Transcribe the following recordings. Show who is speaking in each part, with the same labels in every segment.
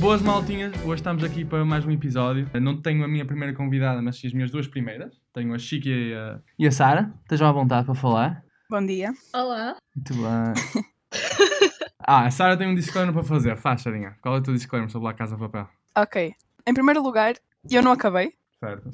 Speaker 1: Boas maltinhas, hoje estamos aqui para mais um episódio. Eu não tenho a minha primeira convidada, mas sim as minhas duas primeiras. Tenho a Chica e a, e a Sara. Estejam à vontade para falar.
Speaker 2: Bom dia.
Speaker 3: Olá.
Speaker 1: Muito bem. ah, a Sara tem um disclaimer para fazer. Faz, Sarinha. Qual é o teu disclaimer sobre La Casa de Papel?
Speaker 2: Ok. Em primeiro lugar, eu não acabei.
Speaker 1: Certo.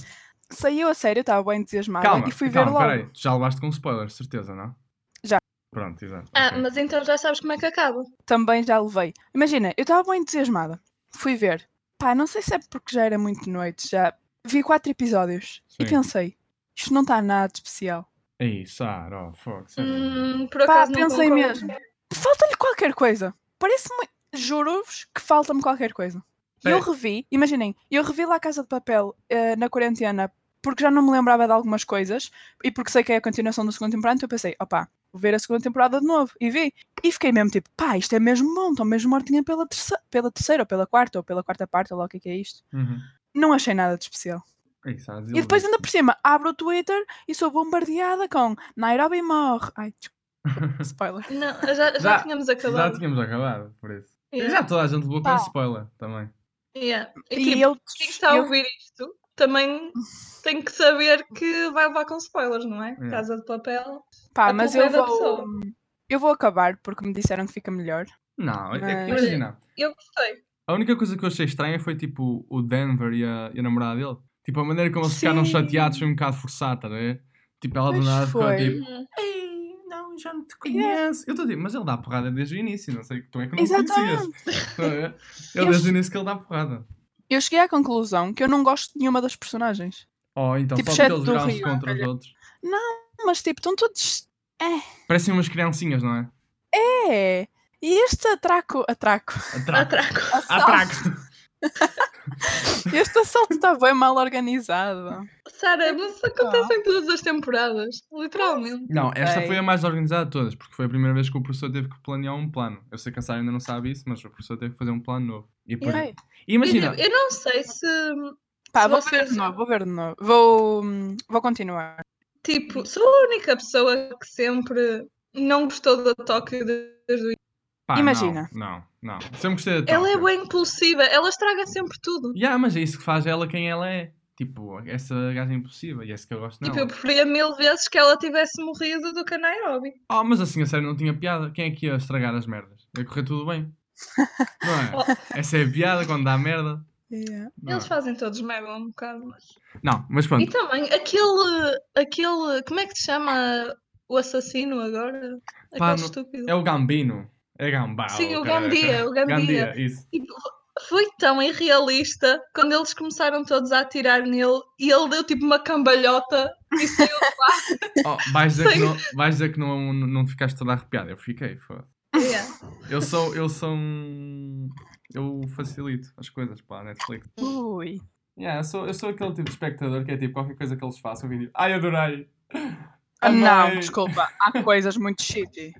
Speaker 2: Saiu a sério, estava bem entusiasmada
Speaker 1: Calma,
Speaker 2: e Ah, fui ver
Speaker 1: calma,
Speaker 2: logo.
Speaker 1: peraí. Tu já levaste com spoiler, certeza, não?
Speaker 2: Já.
Speaker 1: Pronto, exato.
Speaker 3: Ah,
Speaker 1: ok.
Speaker 3: mas então já sabes como é que acaba.
Speaker 2: Também já levei. Imagina, eu estava bem entusiasmada. Fui ver. Pá, não sei se é porque já era muito noite, já vi quatro episódios e
Speaker 1: Sim.
Speaker 2: pensei, isto não está nada de especial.
Speaker 1: Ei, Sara, oh, fuck. Sara.
Speaker 3: Hum, por
Speaker 2: Pá,
Speaker 3: acaso não
Speaker 2: pensei
Speaker 3: colocou.
Speaker 2: mesmo. Falta-lhe qualquer coisa. Parece-me, juro-vos que falta-me qualquer coisa. E Eu
Speaker 1: Espera.
Speaker 2: revi, imaginem, eu revi lá a Casa de Papel eh, na quarentena porque já não me lembrava de algumas coisas e porque sei que é a continuação da segunda temporada, então eu pensei, opá, vou ver a segunda temporada de novo e vi. E fiquei mesmo tipo, pá, isto é mesmo bom, estou mesmo mortinha pela, terce- pela terceira ou pela quarta ou pela quarta parte, ou lá o que é que é isto.
Speaker 1: Uhum.
Speaker 2: Não achei nada de especial.
Speaker 1: Ei, Sara,
Speaker 2: E depois
Speaker 1: desiludiste.
Speaker 2: ainda por cima, abro o Twitter e sou bombardeada com Nairobi morre. Ai, desculpa, spoiler.
Speaker 3: Não, já, já,
Speaker 1: Já-
Speaker 3: tínhamos
Speaker 1: Já
Speaker 3: acabado.
Speaker 1: tínhamos acabado, por isso.
Speaker 3: Yeah,
Speaker 1: Já toda a gente levou com
Speaker 2: Pá.
Speaker 1: spoiler também.
Speaker 3: yeah. E,
Speaker 2: E
Speaker 3: tipo,
Speaker 2: eu,
Speaker 3: quem está a
Speaker 2: eu-
Speaker 3: ouvir isto também tem que saber que vai levar com spoilers, não é?
Speaker 1: Yeah.
Speaker 3: Casa de papel.
Speaker 2: pá,
Speaker 3: a
Speaker 2: Ah, mas
Speaker 3: culpa
Speaker 2: eu
Speaker 3: é da
Speaker 2: vou, eu vou acabar porque me disseram que fica melhor.
Speaker 1: Não, é- é-
Speaker 2: Mas-
Speaker 1: imagina.
Speaker 3: Eu gostei.
Speaker 1: A única coisa que eu achei estranha foi tipo o Denver e a, e a namorada dele. Tipo, a maneira como eles ficaram
Speaker 2: Sim.
Speaker 1: chateados foi um bocado forçada, tá a ver? Tipo, ela do
Speaker 2: Pois
Speaker 1: nada ficou
Speaker 2: foi.
Speaker 1: tipo.
Speaker 3: Uhum.
Speaker 1: Ei, não, já não te
Speaker 2: Yeah.
Speaker 1: conheço. Eu estou a dizer, mas ele dá porrada desde o início, não sei, tu é que não
Speaker 2: Exatamente.
Speaker 1: Exatamente. conhecias. Estão a ver? Ele desde o início que ele dá porrada.
Speaker 2: Eu cheguei à conclusão que eu não gosto de nenhuma das personagens.
Speaker 1: Oh, então
Speaker 2: Tipo,
Speaker 1: só porque
Speaker 2: chat
Speaker 1: eles
Speaker 2: do
Speaker 1: viraram-se
Speaker 2: Rio,
Speaker 1: contra os outros.
Speaker 2: Mas tipo, estão todos.
Speaker 1: Parecem umas criancinhas, não é?
Speaker 2: É! E este atraco. Atraco.
Speaker 1: Atraco.
Speaker 3: Atraco.
Speaker 2: Assalto.
Speaker 1: Atraco.
Speaker 2: Este assalto está bem mal organizado.
Speaker 3: Sara, mas isso acontece em todas as temporadas. Literalmente.
Speaker 1: Não, esta
Speaker 2: Ok.
Speaker 1: foi a mais organizada de todas, porque foi a primeira vez que o professor teve que planear um plano. Eu sei que a Sara ainda não sabe isso, mas o professor teve que fazer um plano novo. E depois...
Speaker 2: Ok.
Speaker 1: E Imagina,
Speaker 3: tipo, Eu, eu não sei se
Speaker 2: Pá,
Speaker 3: Se
Speaker 2: vou
Speaker 3: vocês-
Speaker 2: ver de novo, vou ver de novo. Vou, hum, vou continuar.
Speaker 3: Tipo, sou a única pessoa que sempre não gostou da Tóquio desde o início.
Speaker 1: pá,
Speaker 2: imagina.
Speaker 1: Não, não, não. Sempre gostei da
Speaker 3: Ela é
Speaker 1: Tóquio.
Speaker 3: bem impulsiva, ela estraga sempre tudo.
Speaker 1: Yeah, mas é isso que faz ela quem ela é. Tipo, essa gaja é impossível e é isso que eu gosto
Speaker 3: Tipo, eu
Speaker 1: dela.
Speaker 3: preferia mil vezes que ela tivesse morrido do que a Nairobi.
Speaker 1: Ah, mas assim a série não tinha piada. Quem é que ia estragar as merdas? Ia correr tudo bem. Não é? Essa é a piada quando dá merda.
Speaker 2: Yeah.
Speaker 1: Não,
Speaker 3: Eles
Speaker 1: é?
Speaker 3: fazem todos merda um bocado. Mas...
Speaker 1: Não, mas
Speaker 3: E
Speaker 1: pronto.
Speaker 3: também, aquele, aquele. Como é que se chama o assassino agora? Aquele
Speaker 1: Pá, não-
Speaker 3: estúpido.
Speaker 1: É o Gambino. É Gambá.
Speaker 3: Sim,
Speaker 1: ou
Speaker 3: o
Speaker 1: caraca.
Speaker 3: Gandia, o Gandia.
Speaker 1: isso.
Speaker 3: Tipo, foi tão irrealista quando eles começaram todos a atirar nele e ele deu tipo uma cambalhota e saiu
Speaker 1: Oh, vais dizer que,
Speaker 3: Sei.
Speaker 1: não, vais dizer que não, não ficaste toda arrepiada. Eu fiquei, foda.
Speaker 3: Yeah.
Speaker 1: Eu sou, eu sou um... Eu facilito as coisas para a Netflix.
Speaker 2: Ui.
Speaker 1: Yeah, eu, sou, eu sou aquele tipo de espectador que é tipo qualquer coisa que eles façam, eu digo, ai, adorei!
Speaker 2: Ah,
Speaker 1: Amei."
Speaker 2: não, desculpa. Há coisas muito shitty.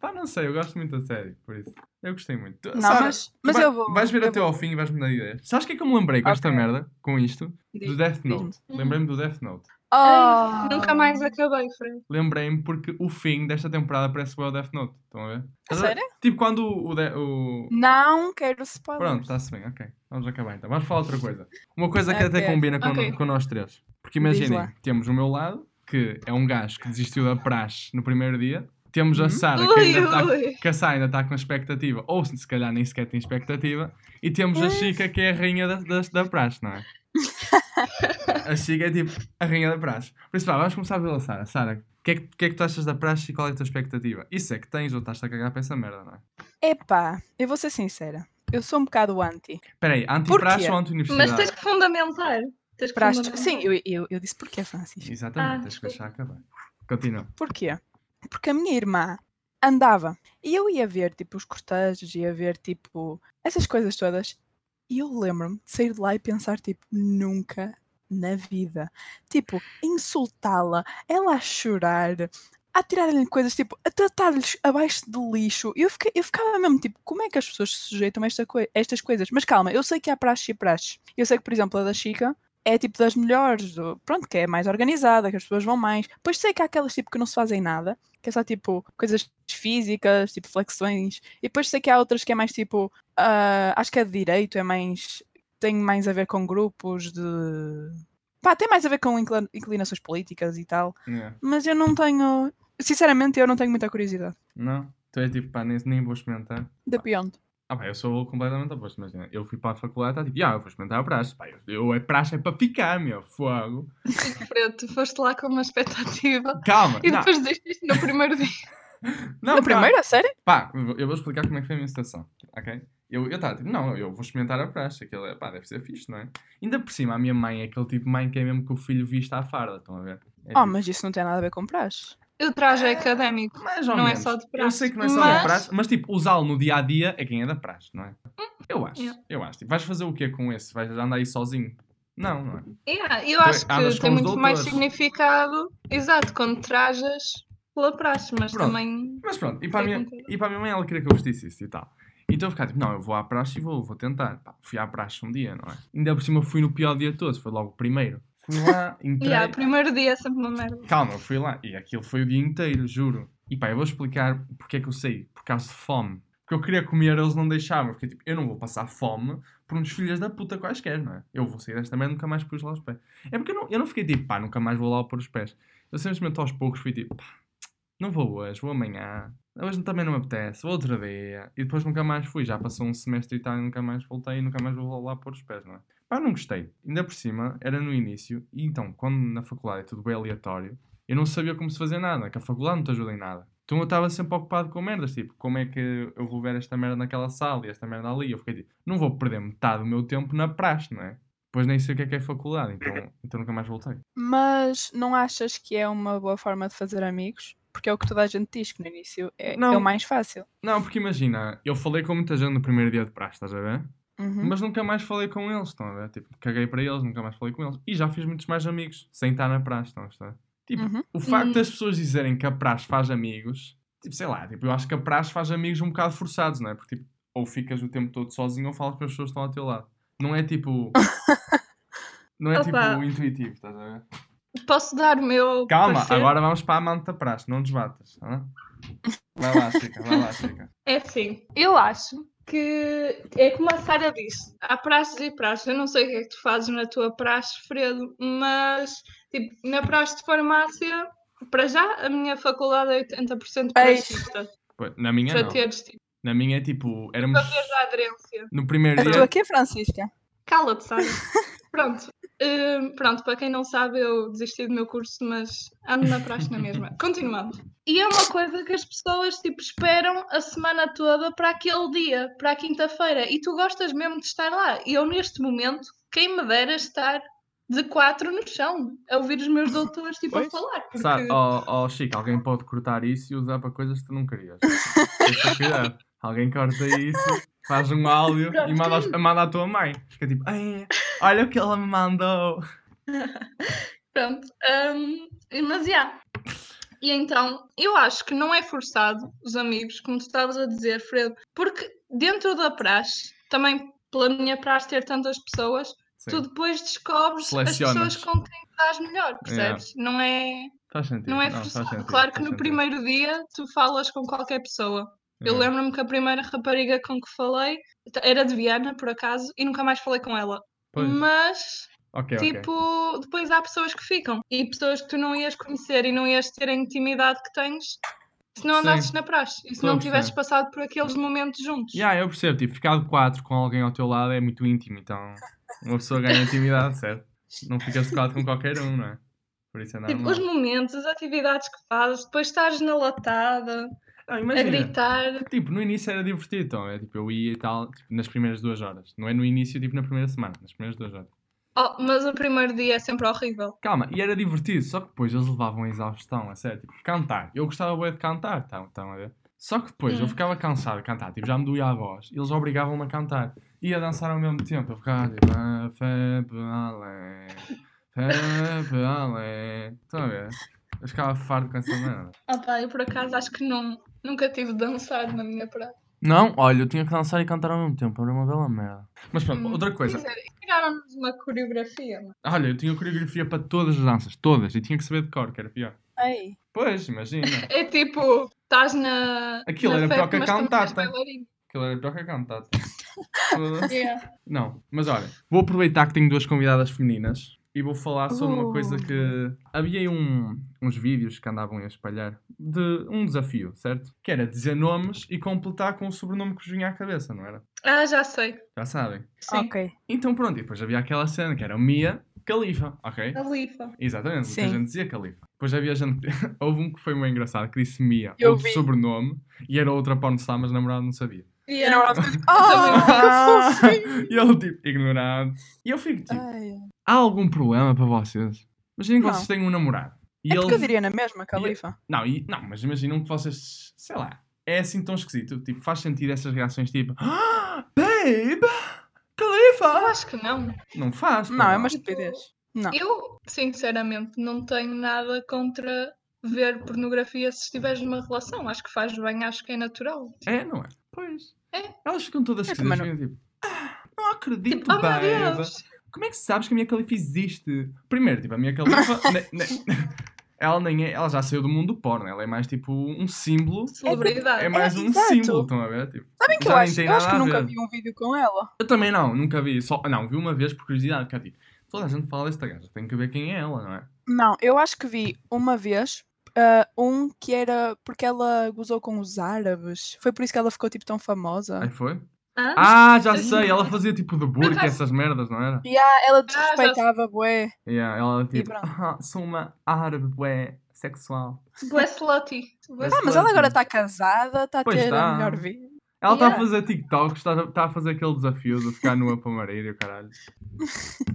Speaker 1: Pá, não sei, eu gosto muito da série, por isso. Eu gostei muito. Tu-
Speaker 2: Não,
Speaker 1: Sara,
Speaker 2: mas,
Speaker 1: tu
Speaker 2: mas
Speaker 1: vai-
Speaker 2: eu vou.
Speaker 1: Vais ver
Speaker 2: eu
Speaker 1: até ao fim e vais-me dar ideias. Sabes o que é que eu me lembrei com esta
Speaker 2: Ok.
Speaker 1: merda, com isto?
Speaker 2: Diz-
Speaker 1: Do Death
Speaker 2: diz-me.
Speaker 1: Note. Lembrei-me do Death Note.
Speaker 2: Oh.
Speaker 3: Nunca mais acabei, Fred.
Speaker 1: Lembrei-me porque o fim desta temporada parece bem o Death Note. Estão a ver? Estás a-
Speaker 2: sério?
Speaker 1: Tipo quando o. o, de- o...
Speaker 2: Não quero spoilers.
Speaker 1: Pronto, está-se bem, ok. Vamos acabar então. Vamos falar outra coisa. Uma coisa que até
Speaker 2: Ok.
Speaker 1: combina com,
Speaker 3: Ok.
Speaker 1: com nós três. Porque
Speaker 2: Diz
Speaker 1: imaginem,
Speaker 2: lá.
Speaker 1: temos o meu lado, que é um gajo que desistiu da praxe no primeiro dia. Temos a
Speaker 2: Uhum.
Speaker 1: Sara, que
Speaker 3: Ui,
Speaker 1: ainda está
Speaker 3: ui.
Speaker 1: que a Sara ainda está com expectativa, ou se se calhar nem sequer tem expectativa, e temos a
Speaker 2: Pois.
Speaker 1: Chica que é a rainha da, da, da praxe, não é? a Chica é tipo a rainha da praxe. Por isso, pá, vamos começar pela Sara. Sara, o que, é que, o que é que tu achas da praxe e qual é a tua expectativa? Isso é que tens ou estás a cagar para essa merda, não é?
Speaker 2: Epá, eu vou ser sincera. Eu sou um bocado anti.
Speaker 1: Espera aí, anti-praxe ou
Speaker 2: Porquê?
Speaker 3: Mas
Speaker 1: anti-universidade?
Speaker 3: tens que fundamentar. Tens que
Speaker 2: Para as-
Speaker 3: fundamentar.
Speaker 2: Sim, eu, eu, eu disse é porquê, Francisco.
Speaker 1: Exatamente,
Speaker 3: Ah,
Speaker 1: tens que deixar acabar. Continua.
Speaker 2: Porquê? Porque a minha irmã andava e eu ia ver tipo os cortejos, ia ver tipo essas coisas todas. E eu lembro-me de sair de lá e pensar tipo nunca na vida, tipo insultá-la, ela a chorar, a tirar-lhe coisas, tipo a tratar-lhes abaixo de lixo. Eu, fiquei, eu ficava mesmo tipo, como é que as pessoas se sujeitam a esta coi- a estas coisas? Mas calma, eu sei que há praxe e praxe. Eu sei que, por exemplo, a da Chica é tipo das melhores, do- pronto, que é mais organizada, que as pessoas vão mais. Pois sei que há aquelas tipo que não se fazem nada, que é só tipo coisas físicas, tipo flexões. E depois sei que há outras que é mais tipo, ah, acho que é de direito, é mais. tem mais a ver com grupos de. pá, tem mais a ver com inclina- inclinações políticas e tal.
Speaker 1: Yeah.
Speaker 2: Mas eu não tenho. Sinceramente, eu não tenho muita curiosidade.
Speaker 1: Não? Então é tipo, pá, nem, nem vou experimentar.
Speaker 2: Da Beyond.
Speaker 1: Ah, pá, eu sou completamente oposto, imagina. Eu fui para a faculdade, tá tipo, ah, eu vou experimentar a praxe. Pá, eu, eu, a praxe é para ficar, meu, fogo.
Speaker 3: Preto, foste lá com uma expectativa
Speaker 1: Calma,
Speaker 3: e
Speaker 1: não,
Speaker 3: depois desististe no primeiro dia.
Speaker 1: não,
Speaker 2: No
Speaker 1: calma.
Speaker 2: primeiro, a sério?
Speaker 1: Pá, eu vou- eu vou explicar como é que foi a minha situação, ok? Eu estava tipo, não, eu vou experimentar a praxe, aquilo é, pá, deve ser fixe, não é? Ainda por cima, a minha mãe é aquele tipo de mãe que é mesmo que o filho viste à farda, estão a ver? É
Speaker 2: Oh,
Speaker 1: tipo,
Speaker 2: mas isso não tem nada a ver com praxe.
Speaker 3: O traje é académico.
Speaker 1: mais ou
Speaker 3: não é
Speaker 1: menos.
Speaker 3: só de
Speaker 1: Eu
Speaker 3: praxe,
Speaker 1: sei que não é só
Speaker 3: mas-
Speaker 1: de praxe, mas tipo, usá-lo no dia a dia é quem é da praxe, não é? Eu acho,
Speaker 3: yeah.
Speaker 1: eu acho. Tipo, vais fazer o quê com esse? Vais andar aí sozinho? Não, não é?
Speaker 3: Yeah, eu
Speaker 1: Então,
Speaker 3: acho
Speaker 1: andas
Speaker 3: que
Speaker 1: com
Speaker 3: tem
Speaker 1: os
Speaker 3: muito mais
Speaker 1: doutores.
Speaker 3: significado, exato, quando trajas pela praxe, mas
Speaker 1: Pronto.
Speaker 3: também.
Speaker 1: Mas pronto, e para, a
Speaker 3: Eu
Speaker 1: minha,
Speaker 3: concordo.
Speaker 1: e para a minha mãe ela queria que eu vestisse isso e tal. Então eu ficava tipo, não, eu vou à praxe e vou, vou tentar. Pá, fui à praxe um dia, não é? Ainda por cima fui no pior dia de todos, foi logo o primeiro. Fui lá, entrei.
Speaker 3: Yeah, primeiro dia é sempre uma merda.
Speaker 1: Calma, eu fui lá. E aquilo foi o dia inteiro, juro. E pá, eu vou explicar porque é que eu saí. Por causa de fome. Porque eu queria comer, eles não deixavam. Porque tipo, eu não vou passar fome por uns filhos da puta quaisquer, não é? Eu vou sair desta merda e nunca mais pus lá os pés. É porque eu não, eu não fiquei tipo, pá, nunca mais vou lá pôr os pés. Eu simplesmente aos poucos fui tipo, pá, não vou hoje, vou amanhã. Hoje também não me apetece, vou outro dia. E depois nunca mais fui. Já passou um semestre e tal e nunca mais voltei e nunca mais vou lá pôr os pés, não é? Pá, não gostei. Ainda por cima, era no início, e então, quando na faculdade é tudo bem aleatório, eu não sabia como se fazer nada, que a faculdade não te ajuda em nada. Então eu estava sempre ocupado com merdas, tipo, como é que eu vou ver esta merda naquela sala e esta merda ali? Eu fiquei tipo, não vou perder metade do meu tempo na praxe, não é? Depois nem sei o que é que é faculdade, então, então nunca mais voltei.
Speaker 2: Mas não achas que é uma boa forma de fazer amigos? Porque é o que toda a gente diz que no início é,
Speaker 1: Não.
Speaker 2: é o mais fácil.
Speaker 1: Não, porque imagina, eu falei com muita gente no primeiro dia de praxe, estás a ver?
Speaker 2: Uhum.
Speaker 1: Mas nunca mais falei com eles, estão a ver? Tipo, caguei para eles, nunca mais falei com eles. E já fiz muitos mais amigos, sem estar na praxe, estão a ver? Tipo,
Speaker 2: Uhum.
Speaker 1: O facto
Speaker 3: Hum.
Speaker 1: das pessoas dizerem que a praxe faz amigos, tipo, sei lá, tipo, eu acho que a praxe faz amigos um bocado forçados, não é? Porque, tipo, ou ficas o tempo todo sozinho ou falas com as pessoas que estão ao teu lado. Não é tipo. não é tipo
Speaker 3: Opa.
Speaker 1: intuitivo, estás a ver?
Speaker 3: Posso dar o meu.
Speaker 1: Calma,
Speaker 3: parecer?
Speaker 1: agora vamos para a manta praxe, não desbatas. Tá? Vai lá, Chica, vai lá, Chica.
Speaker 3: É assim, eu acho que é como a Sara disse: há praxes e praxes. Eu não sei o que é que tu fazes na tua praxe, Fredo, mas tipo, na praxe de farmácia, para já, a minha faculdade é 80%
Speaker 2: Peixe.
Speaker 3: praxista.
Speaker 1: Pô, Na minha,
Speaker 3: Para
Speaker 1: não.
Speaker 3: teres tipo,
Speaker 1: Na minha é tipo. Éramos.
Speaker 3: a aderência.
Speaker 1: No primeiro
Speaker 2: A tua
Speaker 1: dia.
Speaker 2: aqui, Francisca?
Speaker 3: Cala-te, Sara. pronto. Hum, pronto, para quem não sabe, eu desisti do meu curso, mas ando na praxe na mesma. Continuando. E é uma coisa que as pessoas tipo, esperam a semana toda para aquele dia, para a quinta-feira. E tu gostas mesmo de estar lá. E eu, neste momento, quem me dera estar de quatro no chão, a ouvir os meus doutores tipo, a
Speaker 2: Pois.
Speaker 3: falar. Porque...
Speaker 1: Sabe, ó, ó, Chica, alguém pode cortar isso e usar para coisas que tu não querias. Esse é o cuidado. Alguém corta isso, faz um áudio e manda, aos- manda à tua mãe. Fica tipo, "Ai, olha o que ela me mandou.
Speaker 3: Pronto. hum, mas já. E então, eu acho que não é forçado os amigos, como tu estavas a dizer, Fredo, porque dentro da praxe, também pela minha praxe ter tantas pessoas,
Speaker 1: Sim,
Speaker 3: tu depois descobres as
Speaker 1: Selecionas.
Speaker 3: pessoas com quem estás melhor, percebes? Não é,
Speaker 1: faz sentido.
Speaker 3: não é
Speaker 1: faz
Speaker 3: forçado.
Speaker 1: sentido,
Speaker 3: claro que
Speaker 1: faz
Speaker 3: no
Speaker 1: sentido.
Speaker 3: primeiro dia tu falas com qualquer pessoa. Eu
Speaker 1: É.
Speaker 3: lembro-me que a primeira rapariga com que falei era de Viana, por acaso, e nunca mais falei com ela.
Speaker 1: Pois.
Speaker 3: Mas
Speaker 1: Ok, ok.
Speaker 3: um Tipo, depois há pessoas que ficam e pessoas que tu não ias conhecer e não ias ter a intimidade que tens se não
Speaker 1: Sim.
Speaker 3: andasses na praxe e se
Speaker 1: Estou a
Speaker 3: não tivesses
Speaker 1: perceber.
Speaker 3: passado por aqueles momentos juntos.
Speaker 1: Yeah, eu percebo, tipo, ficar de quatro com alguém ao teu lado é muito íntimo, então uma pessoa ganha intimidade, certo? Não ficas de quatro com qualquer um, não é? Por isso é
Speaker 3: Tipo,
Speaker 1: normal.
Speaker 3: os momentos, as atividades que fazes, depois estares na latada,
Speaker 1: Não,
Speaker 3: a
Speaker 1: Ah, imagina,
Speaker 3: gritar.
Speaker 1: Tipo, no início era divertido, então. É, tipo, eu ia e tal, tipo, nas primeiras duas horas. Não é no início, tipo, na primeira semana, nas primeiras duas horas.
Speaker 3: Oh, mas o primeiro dia é sempre horrível.
Speaker 1: Calma, e era divertido, só que depois eles levavam a exaustão, a sério, tipo, cantar. Eu gostava bem de cantar, então, então, a ver? Só que depois eu
Speaker 3: Hum.
Speaker 1: ficava cansado de cantar, tipo, já me doía a voz. Eles obrigavam-me a cantar. E a dançar ao mesmo tempo. Eu ficava tipo, "Ah, Febe Além, Febe Além. Estão a ver? Eu ficava farto com essa merda.
Speaker 3: Ah pá, eu por acaso acho que não, nunca tive dançado na minha praxe.
Speaker 1: Não, olha, eu tinha que dançar e cantar ao mesmo tempo, era uma bela merda. Mas pronto,
Speaker 3: Hum.
Speaker 1: outra coisa.
Speaker 3: Tiraram-nos uma coreografia. mano.
Speaker 1: Olha, eu tinha coreografia para todas as danças, todas, e tinha que saber de cor, que era pior.
Speaker 2: Ai,
Speaker 1: Pois, imagina.
Speaker 3: É tipo, estás na.
Speaker 1: Aquilo
Speaker 3: na
Speaker 1: era
Speaker 3: festa,
Speaker 1: Proca
Speaker 3: mas também
Speaker 1: Cantata.
Speaker 3: és bailarina.
Speaker 1: Aquilo era pior que a cantata.
Speaker 3: Yeah.
Speaker 1: Não, mas olha, vou aproveitar que tenho duas convidadas femininas e vou falar sobre uma
Speaker 2: Uh.
Speaker 1: coisa que. Havia aí um, uns vídeos que andavam a espalhar de um desafio, certo? Que era dizer nomes e completar com o sobrenome que vos vinha à cabeça, não era?
Speaker 3: Ah, já sei.
Speaker 1: Já sabem.
Speaker 3: Sim.
Speaker 2: ok.
Speaker 1: Então pronto, e depois havia aquela cena que era o Mia Califa, ok?
Speaker 3: Califa.
Speaker 1: Exatamente, muita
Speaker 2: Sim.
Speaker 1: gente dizia Califa. Depois havia gente. Houve um que foi meio engraçado que disse Mia,
Speaker 2: Eu
Speaker 1: outro
Speaker 2: vi.
Speaker 1: sobrenome, e era outra pornstar, mas a namorada não sabia.
Speaker 2: Eu
Speaker 3: Yeah.
Speaker 2: não gosto de-
Speaker 3: é.
Speaker 2: Ah, que fofinho!
Speaker 1: e ele tipo, ignorado. E eu fico tipo,
Speaker 2: Ai, É
Speaker 1: há algum problema para vocês? Imaginem que
Speaker 2: Não.
Speaker 1: vocês têm um namorado. E
Speaker 2: É porque eu
Speaker 1: ele-
Speaker 2: diria na mesma, Califa.
Speaker 1: Não, e- não, mas imaginam que vocês, sei lá, é assim tão esquisito. Tipo, faz sentido essas reações tipo, ah, babe,
Speaker 3: Eu
Speaker 1: Califa!
Speaker 3: acho que não.
Speaker 1: Não faz. pois
Speaker 2: Não, é uma estupidez. Não.
Speaker 3: Eu, sinceramente, não tenho nada contra ver pornografia se estiveres numa relação. Acho que faz bem, acho que é natural.
Speaker 1: É, não é? Pois.
Speaker 3: É.
Speaker 1: Elas ficam todas
Speaker 2: Eu
Speaker 1: esquisitas,
Speaker 2: também
Speaker 1: ficam tipo, ah, não acredito,
Speaker 3: Tipo, oh meu
Speaker 1: babe.
Speaker 3: Deus!
Speaker 1: Como é que sabes que a minha califa existe? Primeiro, tipo, a minha califa. ne- ne- ela nem é. Ela já saiu do mundo do porno, ela é mais tipo um símbolo.
Speaker 3: Celebridade.
Speaker 1: É mais um
Speaker 2: Ah, exato.
Speaker 1: símbolo, estão a ver? Tipo,
Speaker 2: Sabem que
Speaker 1: já
Speaker 2: eu
Speaker 1: nem
Speaker 2: acho?
Speaker 1: tem
Speaker 2: Eu acho
Speaker 1: nada
Speaker 2: que
Speaker 1: a
Speaker 2: nunca
Speaker 1: ver.
Speaker 2: vi um vídeo com ela.
Speaker 1: eu também não, nunca vi. Só, não, vi uma vez por curiosidade, porque tipo, toda a gente fala desta gaja, tem que ver quem é ela, não é?
Speaker 2: Não, eu acho que vi uma vez ah, um que era porque ela gozou com os árabes. Foi por isso que ela ficou tipo tão famosa.
Speaker 1: Aí foi?
Speaker 3: Hã?
Speaker 1: Ah, já
Speaker 3: Sim.
Speaker 1: sei, ela fazia tipo de burca, essas merdas, não era?
Speaker 2: E ah, ela
Speaker 3: já sei.
Speaker 2: desrespeitava, bué.
Speaker 1: Yeah, ela tipo,
Speaker 2: pronto.
Speaker 1: ah, sou uma árabe, bué, sexual.
Speaker 3: Bless Lottie. Bless-
Speaker 2: Ah, mas ela agora está casada, está a
Speaker 1: Pois
Speaker 2: ter
Speaker 1: tá.
Speaker 2: a melhor vida.
Speaker 1: Ela está a
Speaker 3: Yeah.
Speaker 1: fazer TikToks, está a- tá a fazer aquele desafio de ficar nua para o marido e o caralho. Hum.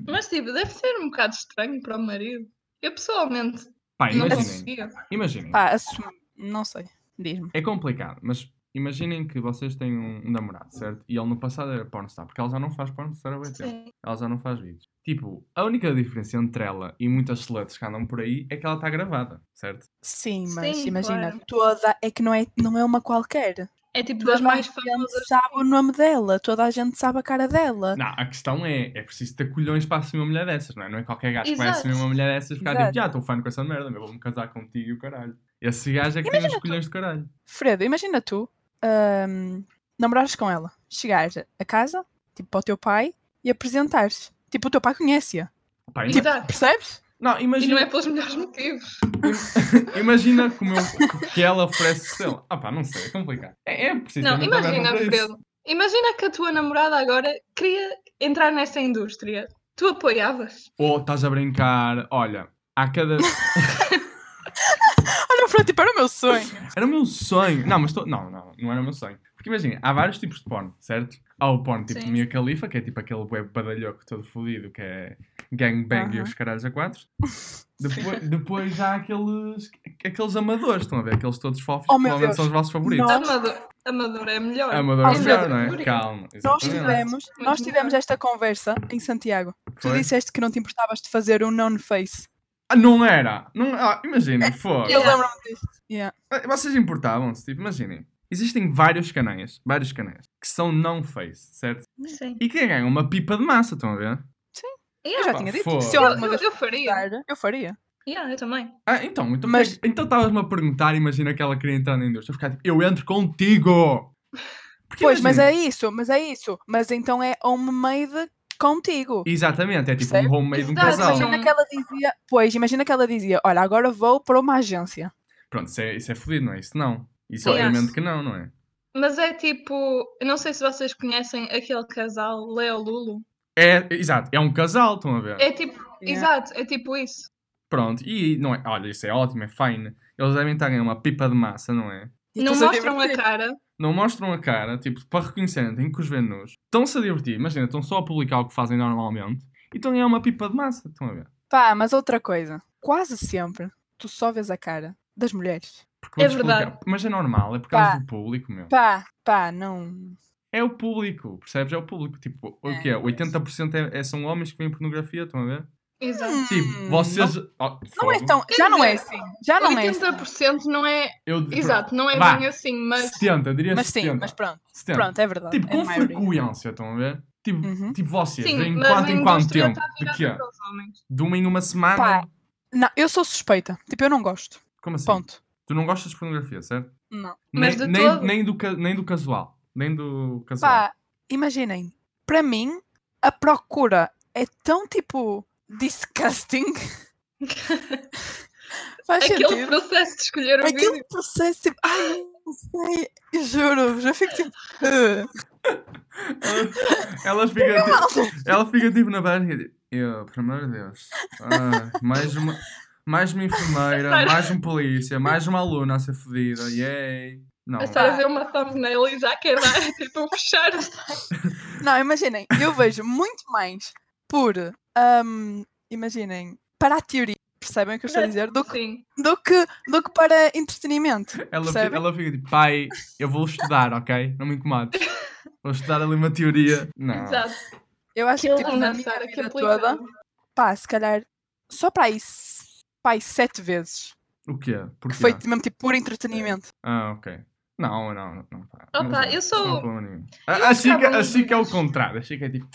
Speaker 3: Mas tipo, deve ser um bocado estranho para o marido. Eu pessoalmente
Speaker 1: Pá,
Speaker 3: não
Speaker 1: imaginem.
Speaker 3: conseguia.
Speaker 1: Imaginem.
Speaker 2: Pá, assumo. Não sei. Diz-me.
Speaker 1: É complicado, mas imaginem que vocês têm um, um namorado, certo? E ele no passado era pornstar, porque ela já não faz pornstar há bem tempo.
Speaker 3: Sim.
Speaker 1: Ela já não faz vídeos. Tipo, a única diferença entre ela e muitas sluts que andam por aí é que ela está gravada, certo?
Speaker 2: Sim, mas
Speaker 3: Sim,
Speaker 2: imagina,
Speaker 3: claro.
Speaker 2: toda é que não é, não é uma qualquer.
Speaker 3: É tipo
Speaker 2: Toda
Speaker 3: das
Speaker 2: a
Speaker 3: mais
Speaker 2: gente
Speaker 3: famosas.
Speaker 2: sabe o nome dela, toda a gente sabe a cara dela.
Speaker 1: Não, a questão é, é preciso ter colhões para assumir uma mulher dessas, não é? Não é qualquer gajo que vai
Speaker 3: Exato.
Speaker 1: assumir uma mulher dessas e ficar tipo,
Speaker 2: Exato.
Speaker 1: já, estou fã com essa merda, meu, vou-me casar contigo e o caralho. Esse gajo é que tem
Speaker 2: Imagina
Speaker 1: os
Speaker 2: tu-
Speaker 1: colhões de caralho.
Speaker 2: Fredo, imagina tu hum, namorares com ela, chegares a casa, tipo para o teu pai, e apresentares. Tipo, o teu pai conhece-a,
Speaker 1: Pá, ima-
Speaker 3: Exato.
Speaker 2: percebes?
Speaker 1: Não,
Speaker 3: E
Speaker 1: Ah, então, imagina...
Speaker 3: não é pelos melhores motivos.
Speaker 1: Imagina como eu, que ela oferece sei lá. Ah pá, não sei, é complicado. É, é preciso.
Speaker 3: Não,
Speaker 1: ter muita
Speaker 3: imagina,
Speaker 1: razão para isso.
Speaker 3: Alfredo. Imagina que a tua namorada agora queria entrar nessa indústria. Tu apoiavas?
Speaker 1: Ou estás a brincar, olha, há cada.
Speaker 2: Olha, Fredo, tipo, era o meu sonho.
Speaker 1: Era o meu sonho. Não, mas tô... não, não, não era o meu sonho. Porque imagina, há vários tipos de porno, certo? Há o porno tipo
Speaker 3: Sim.
Speaker 1: Mia Califa, que é tipo aquele web badalhoco todo fodido que é gangbang e
Speaker 2: Aham.
Speaker 1: os caralhos a quatro. Depois, depois há aqueles, aqueles amadores, estão a ver? Aqueles todos fofos,
Speaker 2: Oh,
Speaker 1: que
Speaker 2: meu
Speaker 1: provavelmente
Speaker 2: Deus.
Speaker 1: são os vossos favoritos.
Speaker 2: Nós-
Speaker 3: Amador, amador é melhor.
Speaker 1: Amador é
Speaker 2: Oh,
Speaker 1: melhor,
Speaker 2: meu
Speaker 1: não é?
Speaker 3: Deus.
Speaker 1: Calma.
Speaker 2: Nós
Speaker 1: exatamente.
Speaker 2: tivemos, nós
Speaker 3: melhor.
Speaker 2: tivemos esta conversa em Santiago. Tu
Speaker 1: Foi?
Speaker 2: disseste que não te importavas de fazer um non-face.
Speaker 1: Ah, não era! Não... Ah, imagina, foi.
Speaker 2: É, Eu
Speaker 3: Yeah.
Speaker 2: lembro-me disso. Yeah.
Speaker 1: Ah, Vocês importavam-se, tipo, imaginem. Existem vários canais, vários canais, que são não face, certo?
Speaker 3: Sim.
Speaker 1: E quem ganha uma pipa de massa, estão a ver?
Speaker 2: Eu
Speaker 3: Yeah.
Speaker 2: já
Speaker 1: Pá,
Speaker 2: tinha dito que
Speaker 1: foda.
Speaker 2: se
Speaker 3: Eu,
Speaker 2: eu alguma
Speaker 3: eu,
Speaker 2: vez
Speaker 3: eu faria.
Speaker 2: precisar, eu faria.
Speaker 3: Yeah, eu também.
Speaker 1: Ah, então, então
Speaker 2: Mas-
Speaker 1: porque- então estavas-me a perguntar, imagina que ela queria entrar na indústria, eu ficar tipo, eu entro contigo! Porque
Speaker 2: Pois, mas é
Speaker 1: imagina-
Speaker 2: isso, mas é isso. Mas então é homemade contigo.
Speaker 1: Exatamente, é tipo
Speaker 2: Percebe?
Speaker 1: um homemade de um
Speaker 3: Exato,
Speaker 1: casal.
Speaker 3: imagina-
Speaker 2: Imagina que ela dizia, pois, imagina que ela dizia, olha, agora vou para uma agência.
Speaker 1: Pronto, isso é, isso é fodido, não é? Isso não. Isso
Speaker 3: Sim.
Speaker 1: obviamente que não, não é?
Speaker 3: Mas é tipo, eu não sei se vocês conhecem aquele casal Leo Lulo.
Speaker 1: É, exato, é um casal, estão a ver?
Speaker 3: É tipo, exato, é tipo isso.
Speaker 1: Pronto, e não é, olha, isso é ótimo, é fine. Eles devem estar a ganhar uma pipa de massa, não é?
Speaker 2: E
Speaker 3: não
Speaker 2: tu-se a
Speaker 3: mostram a
Speaker 2: divertir.
Speaker 3: cara.
Speaker 1: não mostram a cara, tipo, para reconhecerem, têm que os ver nus. Estão-se a divertir, imagina, estão só a publicar o que fazem normalmente e estão a ganhar uma pipa de massa, estão a ver?
Speaker 2: Pá, mas outra coisa, quase sempre tu só vês a cara das mulheres.
Speaker 1: Porque
Speaker 3: É
Speaker 1: vou-te explicar.
Speaker 3: verdade.
Speaker 1: Mas é normal, é por causa
Speaker 2: Pá.
Speaker 1: do público, meu.
Speaker 2: Pá, pá, não.
Speaker 1: É o público, percebes? É o público. Tipo, o
Speaker 2: É,
Speaker 1: que é? 80% é, é- são homens que veem pornografia, estão a ver?
Speaker 3: Exato.
Speaker 2: Hum,
Speaker 1: Tipo, vocês. Oh,
Speaker 2: Não é
Speaker 1: fogo.
Speaker 2: tão, já não é assim. Já não é assim.
Speaker 3: 80% não é.
Speaker 1: Eu,
Speaker 3: Exato, não é
Speaker 1: Vá.
Speaker 3: bem assim,
Speaker 1: pronto,
Speaker 3: mas.
Speaker 1: 70, eu diria
Speaker 2: Mas sim,
Speaker 1: 70.
Speaker 2: mas pronto.
Speaker 1: 70.
Speaker 2: Pronto, é verdade.
Speaker 1: Tipo,
Speaker 2: é
Speaker 1: com
Speaker 2: a maioria.
Speaker 1: frequência, estão a ver? Tipo,
Speaker 2: Uhum.
Speaker 1: tipo vocês,
Speaker 3: Sim,
Speaker 1: em
Speaker 3: mas
Speaker 1: quanto
Speaker 3: a
Speaker 1: em quanto
Speaker 3: indústria
Speaker 1: tempo?
Speaker 3: tá
Speaker 1: De
Speaker 3: virada
Speaker 1: quê?
Speaker 3: para os homens.
Speaker 1: De uma em uma semana?
Speaker 2: Pá. Não, eu sou suspeita. Tipo, eu não gosto.
Speaker 1: Como assim?
Speaker 2: Ponto.
Speaker 1: Tu não gostas de pornografia, certo?
Speaker 2: Não.
Speaker 3: Mas
Speaker 1: nem,
Speaker 3: de
Speaker 1: nem,
Speaker 3: todo.
Speaker 1: nem do, ca- nem do casual. Nem do casual.
Speaker 2: Pá, imaginem. Para mim, a procura é tão tipo. disgusting. Faz
Speaker 3: Aquele é
Speaker 2: sentido.
Speaker 3: processo de escolher o vídeo.
Speaker 2: Aquele processo tipo. Ai, não sei. eu Juro-vos, eu fico tipo. "Ugh."
Speaker 1: Ela- Ela fica, tipo, ela fica tipo na barra e diz, eu, pelo amor de Deus, ah, mais uma... Mais uma enfermeira, mais um polícia, mais uma aluna a ser fodida, yay! Não,
Speaker 3: A Sara vê é uma thumbnail e já quer dar, tipo, fechar.
Speaker 2: Não, imaginem, eu vejo muito mais por, ahm, imaginem, para a teoria, percebem o que eu estou a dizer, do que,
Speaker 3: Sim.
Speaker 2: do que, do que para entretenimento.
Speaker 1: ela, fi-
Speaker 2: percebem?
Speaker 1: ela fica tipo, pai, eu vou estudar, ok? Não me incomodes. Vou estudar ali uma teoria. Não.
Speaker 3: Exato.
Speaker 2: Eu acho que, tipo, na
Speaker 3: Ana,
Speaker 2: minha
Speaker 3: Sara, que
Speaker 2: vida
Speaker 3: aplicada.
Speaker 2: toda, pá, se calhar, só para aí, s- pá, aí sete vezes,
Speaker 1: O quê? Porquê?
Speaker 2: que foi mesmo tipo por entretenimento.
Speaker 1: Ah, ok. Não, não, não. não pá.
Speaker 3: Opa,
Speaker 1: Não sei,
Speaker 3: eu sou-
Speaker 1: não há problema nenhum. A-
Speaker 3: eu
Speaker 1: a Chica-
Speaker 3: gostava
Speaker 1: A Chica é o
Speaker 3: muito.
Speaker 1: contrário. A Chica é tipo.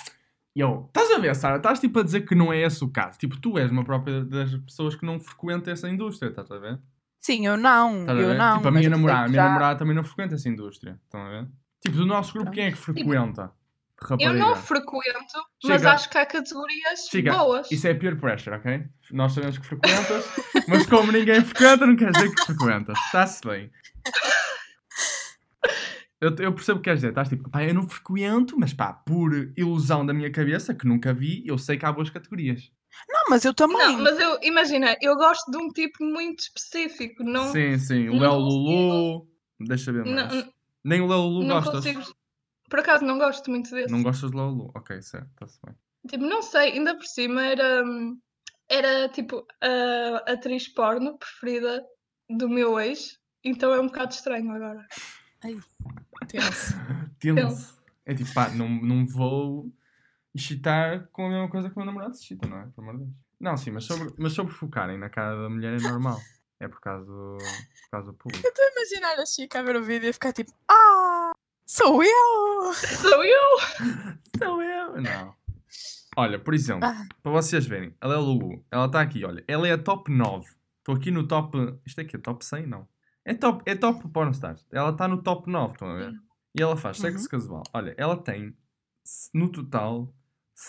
Speaker 1: Yo, estás a ver, Sara? Estás tipo a dizer que não é esse o caso. Tipo, tu és uma própria das pessoas que não frequenta essa indústria, estás a ver?
Speaker 2: Sim, eu não,
Speaker 1: Estás a
Speaker 2: eu
Speaker 1: ver?
Speaker 2: não.
Speaker 1: tipo, a
Speaker 2: mas
Speaker 1: minha
Speaker 2: eu sei
Speaker 1: namorada, a
Speaker 2: que
Speaker 1: minha
Speaker 2: já-
Speaker 1: namorada também não frequenta essa indústria, estão a ver? Tipo, do nosso grupo, quem é que frequenta?
Speaker 3: Eu
Speaker 1: Rapariga.
Speaker 3: não frequento, mas
Speaker 1: Chega.
Speaker 3: acho que há categorias
Speaker 1: Chega.
Speaker 3: boas.
Speaker 1: Isso é peer pressure, ok? Nós sabemos que frequentas, mas como ninguém frequenta, não quer dizer que frequentas. Está-se bem. Eu, eu percebo o que queres dizer. Estás tipo, pá, eu não frequento, mas pá, por ilusão da minha cabeça, que nunca vi, eu sei que há boas categorias.
Speaker 2: Não, mas eu
Speaker 1: é
Speaker 2: também.
Speaker 3: Não, mas eu, imagina, eu gosto de um tipo muito específico. Não,
Speaker 1: sim, sim. O
Speaker 3: não
Speaker 1: Léo
Speaker 3: consigo.
Speaker 1: Lulu. Deixa ver mais.
Speaker 3: não,
Speaker 1: Nem o Léo Lulu
Speaker 3: não
Speaker 1: gostas.
Speaker 3: consigo. Por acaso, não gosto muito desse.
Speaker 1: Não gostas de Léo Lulu? Ok, certo. Está-se bem.
Speaker 3: Tipo, não sei, ainda por cima era, hum, era tipo a atriz porno preferida do meu ex, então é um bocado estranho agora.
Speaker 2: Tenso.
Speaker 1: Tenso. É tipo, pá, não, não vou excitar com a mesma coisa que o meu namorado se excita, não é? Pelo amor de Deus. Não, sim, mas sobre, mas sobre focarem na cara da mulher é normal. É por causa do, por causa do público.
Speaker 2: Eu estou a imaginar a Chica a ver o vídeo e ficar tipo, ah, sou eu!
Speaker 3: Sou eu! Então
Speaker 1: Não,
Speaker 3: é.
Speaker 1: eu. Não. Olha, por exemplo,
Speaker 2: Ah.
Speaker 1: para vocês verem, ela é Lulu, ela está aqui, olha, ela é a top 9. Estou aqui no top. Isto é que é top 100? Não. É top, é top Pornstars. Ela está no top 9, estão a ver? E ela faz sexo
Speaker 3: Uhum.
Speaker 1: casual. Olha, ela tem, s- no total,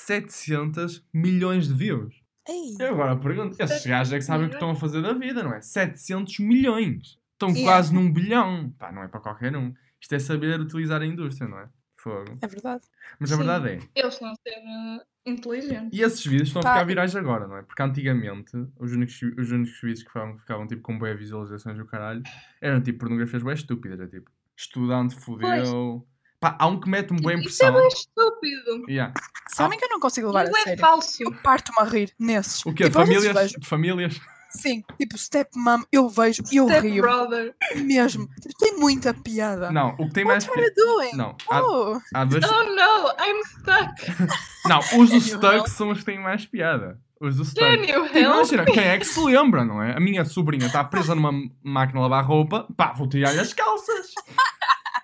Speaker 1: 700 milhões de views.
Speaker 2: Ei.
Speaker 1: Eu agora pergunto, esses gajos é que sabem o que estão a fazer da vida, não é? 700 milhões. Estão
Speaker 3: Yeah.
Speaker 1: quase num bilhão. Pá, não é para qualquer um. Isto é saber utilizar a indústria, não é? Fogo.
Speaker 2: É verdade.
Speaker 1: Mas a
Speaker 3: Sim.
Speaker 1: verdade é,
Speaker 3: Eles não ser eh, inteligentes.
Speaker 1: e esses vídeos estão a
Speaker 2: Pá.
Speaker 3: Tá.
Speaker 1: ficar virais agora, não é? Porque antigamente, os únicos, os únicos vídeos que ficavam, ficavam, tipo com boas visualizações do caralho eram tipo pornografias bem estúpidas, é tipo estudante fodeu. Pá, há um que mete me boa
Speaker 3: Isso é
Speaker 1: impressão.
Speaker 3: bem estúpido.
Speaker 1: Yeah.
Speaker 2: Sabem que eu não consigo levar a
Speaker 3: Não é
Speaker 2: sério.
Speaker 3: falso.
Speaker 2: Eu parto-me a rir nesses.
Speaker 1: O quê?
Speaker 2: Tipo, às vezes
Speaker 1: famílias?
Speaker 2: vejo-
Speaker 1: Famílias?
Speaker 2: sim, tipo stepmom, eu vejo e eu
Speaker 3: Step
Speaker 2: rio
Speaker 3: brother.
Speaker 2: mesmo. Tipo, tem muita
Speaker 3: Tá.
Speaker 2: piada.
Speaker 1: Não, o que tem mais.
Speaker 2: What are you doing?
Speaker 1: Não, há,
Speaker 2: Oh,
Speaker 1: há dois.
Speaker 3: Oh no, I'm stuck.
Speaker 1: Não, os do
Speaker 2: Can you help?
Speaker 1: Stuck são os que têm mais piada. Os do
Speaker 3: Can
Speaker 1: Stuck.
Speaker 3: you help?
Speaker 1: Tipo, Imagina, quem é que se lembra, não é? A minha sobrinha está presa numa máquina de lavar roupa, pá, vou tirar-lhe as calças.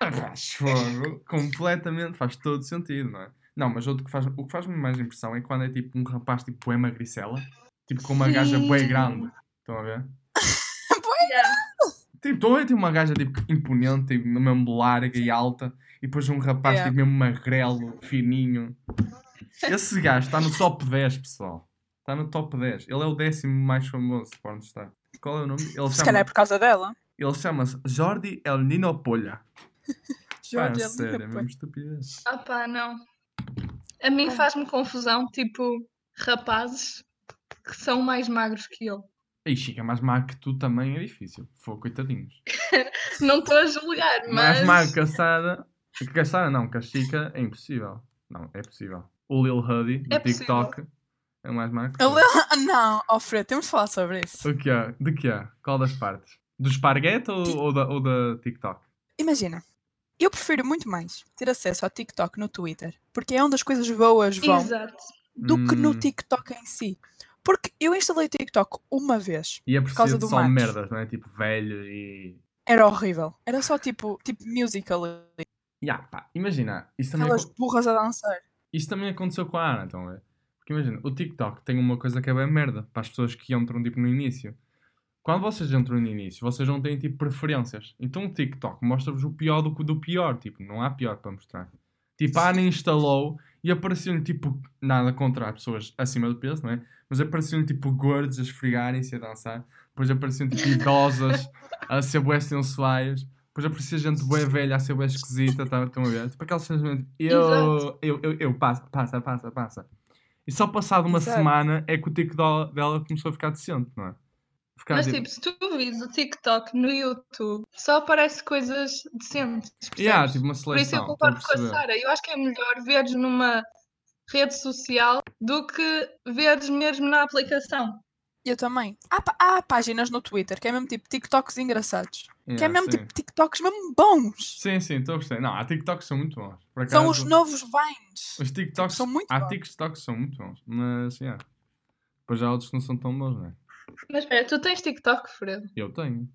Speaker 1: Arras fogo. Completamente, faz todo sentido, não é? Não, mas outro que faz, o que faz-me mais impressão é quando é tipo um rapaz tipo é magricela, tipo com uma gaja bem
Speaker 3: Sim.
Speaker 1: grande. Estão a ver? Tipo,
Speaker 3: Yeah.
Speaker 1: estão a ver? Tem uma gaja tipo imponente, tipo, mesmo larga e alta, e depois um rapaz
Speaker 2: Yeah.
Speaker 1: tipo mesmo magrelo, fininho. Esse gajo está no top 10, pessoal. Está no top 10. Ele é o décimo mais famoso de Pornstar. Qual é o nome? Ele
Speaker 2: se calhar é
Speaker 1: chama-
Speaker 2: por causa dela.
Speaker 1: ele chama-se Jordi El Nino Polha. Pá,
Speaker 2: Jordi, ela
Speaker 1: sério, é
Speaker 2: liga,
Speaker 1: mesmo estupidez.
Speaker 3: Ah pá, não. Ah. A mim faz-me confusão, tipo, rapazes que são mais magros que eu.
Speaker 1: Ei, Chica, mais magro que tu também é difícil. Foi, coitadinhos.
Speaker 3: Não estou a julgar, mas.
Speaker 1: Mais é magro que a Sara. Que a Sara não, que a Chica é impossível. Não, é possível. O Lil Huddy, do
Speaker 3: É possível.
Speaker 1: TikTok, é mais magro que
Speaker 2: Eu
Speaker 1: tu.
Speaker 2: le- Não, oh Fred, temos de falar sobre isso.
Speaker 1: O que é? De que é? Qual das partes? Do esparguete ou, ou da, ou da TikTok?
Speaker 2: Imagina, eu prefiro muito mais ter acesso ao TikTok no Twitter, porque é onde as coisas boas vão,
Speaker 3: Exato.
Speaker 2: do que no
Speaker 1: Hum.
Speaker 2: TikTok em si. Porque eu instalei TikTok uma vez.
Speaker 1: E é
Speaker 2: por causa
Speaker 1: preciso
Speaker 2: do
Speaker 1: só
Speaker 2: Max.
Speaker 1: merdas, não é? Tipo, velho e.
Speaker 2: Era horrível. Era só tipo, tipo musical. ali.
Speaker 1: Ya, pá, imagina, isso também, é
Speaker 2: Aquelas
Speaker 1: acon-
Speaker 2: burras a dançar.
Speaker 1: isso também aconteceu com a Ana, então é? Porque imagina, o TikTok tem uma coisa que é bem merda para as pessoas que entram tipo no início. Quando vocês entram no início, vocês não têm tipo preferências. Então o TikTok mostra-vos o pior do que o do pior, tipo, não há pior para mostrar. Tipo, a Ana instalou e apareceu-lhe tipo, nada contra as pessoas acima do peso, não é? Mas apareciam tipo gordos a esfregarem-se e a dançar. Depois apareciam tipo idosas a ser bué sensuais. Depois aparecia gente bué velha a ser bué esquisita, tá, estão a ver? Tipo aqueles sentimento, eu,
Speaker 3: Exato.
Speaker 1: eu, eu, eu, passa, passa, passa, passa. E só passado uma
Speaker 2: Exato.
Speaker 1: semana é que o tico dela- dela começou a ficar decente, não é? Ficar
Speaker 3: Mas tipo, se tu vis o TikTok no YouTube, só aparece coisas decentes.
Speaker 1: yeah,
Speaker 3: percebes?
Speaker 1: tipo uma
Speaker 3: Por isso eu
Speaker 1: seleção. estão a
Speaker 3: concordo com a
Speaker 1: perceber?
Speaker 3: Sara. Eu acho que é melhor veres numa rede social do que veres mesmo na aplicação.
Speaker 2: Eu também. Há, pá- há páginas no Twitter que é mesmo tipo TikToks engraçados. que é
Speaker 1: Yeah,
Speaker 2: mesmo
Speaker 1: sim.
Speaker 2: tipo TikToks mesmo bons.
Speaker 1: Sim, sim, estou a perceber. Não, há TikToks que são muito bons. Por
Speaker 2: São os
Speaker 1: acaso,
Speaker 2: novos Vines.
Speaker 1: os TikToks
Speaker 2: São muito
Speaker 1: Há
Speaker 2: bons.
Speaker 1: TikToks que são muito bons, mas yeah. Depois já há outros que não são tão bons, não é?
Speaker 3: Mas espera, tu tens TikTok, Fred?
Speaker 1: Eu tenho.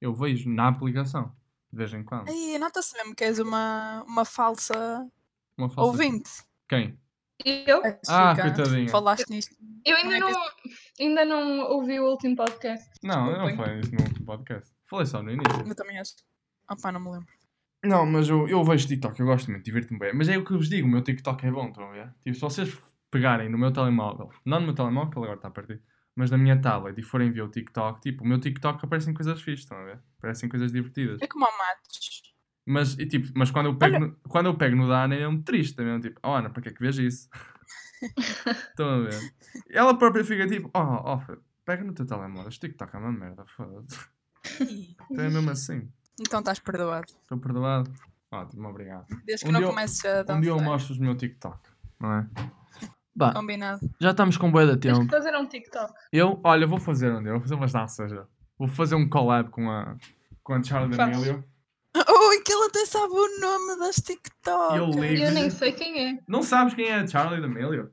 Speaker 1: Eu vejo na aplicação, de vez em quando.
Speaker 2: Aí nota-se mesmo que és uma, uma falsa
Speaker 1: Uma falsa-
Speaker 2: ouvinte.
Speaker 1: Quem?
Speaker 3: Eu?
Speaker 1: Ah,
Speaker 2: Chica,
Speaker 1: coitadinha.
Speaker 2: Falaste nisto.
Speaker 3: Ah, Eu ainda
Speaker 2: Não é
Speaker 3: não, ainda não ouvi o último podcast.
Speaker 1: Não, eu não
Speaker 3: Desculpem.
Speaker 1: falei isso no último podcast. Falei só no início.
Speaker 2: Eu também acho. Opá, não me lembro.
Speaker 1: Não, mas eu, eu vejo TikTok, eu gosto muito, divirto-me bem. Mas é o que eu vos digo, o meu TikTok é bom, estão a ver? Tipo, se vocês pegarem no meu telemóvel, não no meu telemóvel, que ele agora está perdido, mas na minha tablet e forem ver o TikTok, tipo, o meu TikTok aparecem coisas fixas, estão a ver? Aparecem coisas divertidas.
Speaker 2: É como ao Matos.
Speaker 1: Mas, e, tipo, mas quando, eu pego no, quando eu pego no da Ana, é um triste também. Tipo, oh Ana, para que é que vês isso? Estão a ver? Ela própria fica tipo, oh, oh Fred, pega no teu telemóvel, este TikTok é uma merda, foda-se.
Speaker 2: Ih,
Speaker 1: Então é mesmo assim,
Speaker 2: Então estás perdoado.
Speaker 1: estou perdoado. Ótimo, obrigado.
Speaker 2: Desde que
Speaker 1: Um
Speaker 2: não
Speaker 1: dia eu-
Speaker 2: comeces a dançar.
Speaker 1: Um dia eu mostro-vos o meu TikTok, não é? Bah,
Speaker 2: Combinado.
Speaker 1: já estamos com boa da
Speaker 3: Tens
Speaker 1: tempo.
Speaker 3: que fazer um TikTok.
Speaker 1: Eu, olha, vou fazer um dia, vou fazer umas danças já. Vou fazer um collab com a, com a Charlie
Speaker 3: Faz.
Speaker 1: D'Amelio.
Speaker 2: Oh, que ele até sabe o nome das TikToks.
Speaker 1: Eu
Speaker 3: E
Speaker 1: ligo.
Speaker 3: eu nem sei quem é.
Speaker 1: Não sabes quem é a Charlie D'Amelio?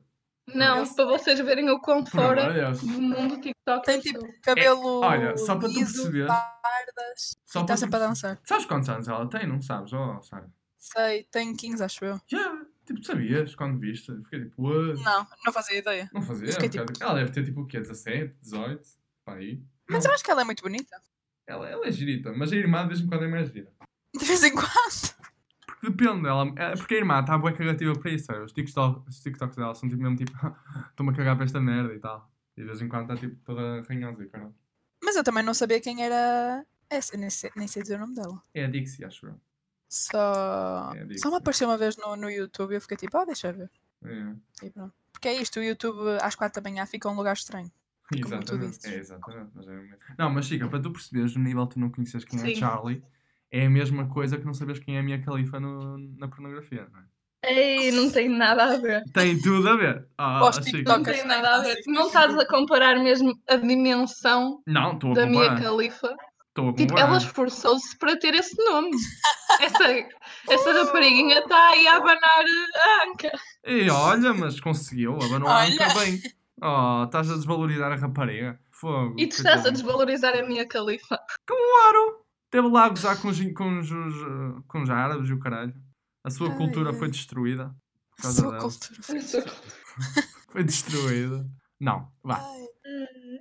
Speaker 3: Não,
Speaker 2: Eu
Speaker 3: para vocês verem o quão
Speaker 1: Por amor
Speaker 3: fora
Speaker 1: de Deus.
Speaker 2: Hum,
Speaker 3: do mundo TikTok
Speaker 2: Tem
Speaker 3: eu
Speaker 2: tipo
Speaker 3: estou.
Speaker 2: cabelo.
Speaker 1: É, olha, só para tu
Speaker 2: liso,
Speaker 1: perceberes.
Speaker 2: Pardas.
Speaker 1: Só
Speaker 2: e
Speaker 1: para
Speaker 2: está sempre a
Speaker 1: tu-
Speaker 2: dançar.
Speaker 1: Sabes quantos anos ela tem? Não sabes? Oh, sabe.
Speaker 2: Sei, tem 15, acho eu.
Speaker 1: Já, tipo, sabias quando viste? Fiquei tipo, "Ué,
Speaker 2: Não, não fazia ideia.
Speaker 1: não fazia.
Speaker 2: Eu fiquei
Speaker 1: fiquei
Speaker 2: tipo-
Speaker 1: tipo, Ela deve ter tipo o quê? 17, 18? Pá, aí.
Speaker 2: Mas eu acho que ela é muito bonita.
Speaker 1: Ela, ela é girita, mas a irmã de vez em quando é mais gira.
Speaker 2: De vez em quando.
Speaker 1: Porque depende dela. é- Porque a irmã está bué cagativa para isso. sabe? Os TikTok, os TikToks dela são tipo mesmo tipo, estou-me a cagar para esta merda e tal. E de vez em quando está tipo toda arranhosa e caralho.
Speaker 2: Mas eu também não sabia quem era essa. Nem sei, nem sei dizer o nome dela.
Speaker 1: É a Dixie, acho eu.
Speaker 2: Só.
Speaker 1: É, digo
Speaker 2: Só me
Speaker 1: sim.
Speaker 2: apareceu uma vez no, no YouTube e eu fiquei tipo, ah, deixa eu ver.
Speaker 1: É,
Speaker 2: E pronto. Porque é isto, o YouTube às 4 da manhã fica um lugar estranho.
Speaker 1: exatamente.
Speaker 2: dizes.
Speaker 1: É, exatamente. Mas é mesmo. Não, mas Chica, para tu perceberes o nível que tu não conheces quem é
Speaker 3: Sim.
Speaker 1: Charlie, é a mesma coisa que não sabes quem é a minha califa no, na pornografia, não é?
Speaker 3: Ei, não tem nada a ver.
Speaker 1: Tem tudo a ver. Ah,
Speaker 2: Aos
Speaker 1: achei que-
Speaker 3: Não
Speaker 2: TikToks. Ok,
Speaker 3: tem
Speaker 2: sim,
Speaker 3: nada a
Speaker 2: sim,
Speaker 3: ver.
Speaker 2: sim.
Speaker 3: Não estás a comparar mesmo a dimensão
Speaker 1: Não, estou a
Speaker 3: da minha
Speaker 1: comparar.
Speaker 3: califa.
Speaker 1: Estou a
Speaker 3: Tipo,
Speaker 1: comparar.
Speaker 3: ela esforçou-se para ter esse nome. Essa, essa rapariguinha está aí a abanar eh, a anca.
Speaker 1: E olha, mas conseguiu. Ela não
Speaker 2: Olha.
Speaker 1: arranca bem. Oh, estás a desvalorizar a rapariga. Fogo.
Speaker 3: E tu estás a
Speaker 1: coitadinha.
Speaker 3: desvalorizar a minha califa.
Speaker 1: Claro! Teve lá a gozar com os, com os, eh, com os árabes e o caralho. A sua
Speaker 2: Ai,
Speaker 1: cultura
Speaker 2: ai.
Speaker 1: foi destruída. Por causa
Speaker 2: Sua
Speaker 1: dela.
Speaker 2: cultura.
Speaker 1: Foi destruída. Não, vá.
Speaker 2: Ai,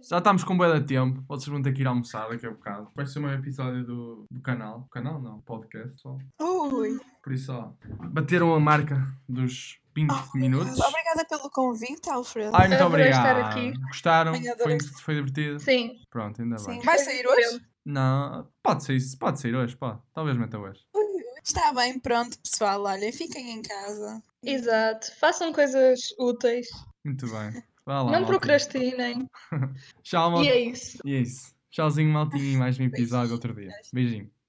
Speaker 1: Já estamos com bué de tempo. Vocês vão ter que ir almoçar daqui a bocado. Vai ser um episódio do, do canal. Canal não, podcast só.
Speaker 2: Ui.
Speaker 1: Por isso, ó, bateram a marca dos 20 minutos.
Speaker 2: Oh, Obrigada pelo convite, Alfredo.
Speaker 1: Ai, muito
Speaker 3: Adorei
Speaker 1: obrigado.
Speaker 3: estar aqui.
Speaker 1: Gostaram?
Speaker 2: Ai,
Speaker 1: Foi,
Speaker 2: adorei.
Speaker 1: foi divertido?
Speaker 3: Sim.
Speaker 1: Pronto, ainda
Speaker 2: Sim,
Speaker 1: bem.
Speaker 2: vai sair hoje?
Speaker 1: Não, pode sair, pode sair hoje, pode. Talvez meta hoje.
Speaker 2: Está bem, pronto, pessoal. Olha, fiquem em casa.
Speaker 3: Exato. Façam coisas úteis.
Speaker 1: Muito bem. Vá lá,
Speaker 3: Não
Speaker 1: maltinha.
Speaker 3: procrastinem.
Speaker 1: Tchau,
Speaker 3: E
Speaker 1: maltinha.
Speaker 3: é isso.
Speaker 1: E é isso. Tchauzinho, maltinho. e Mais um episódio outro dia. Beijinho.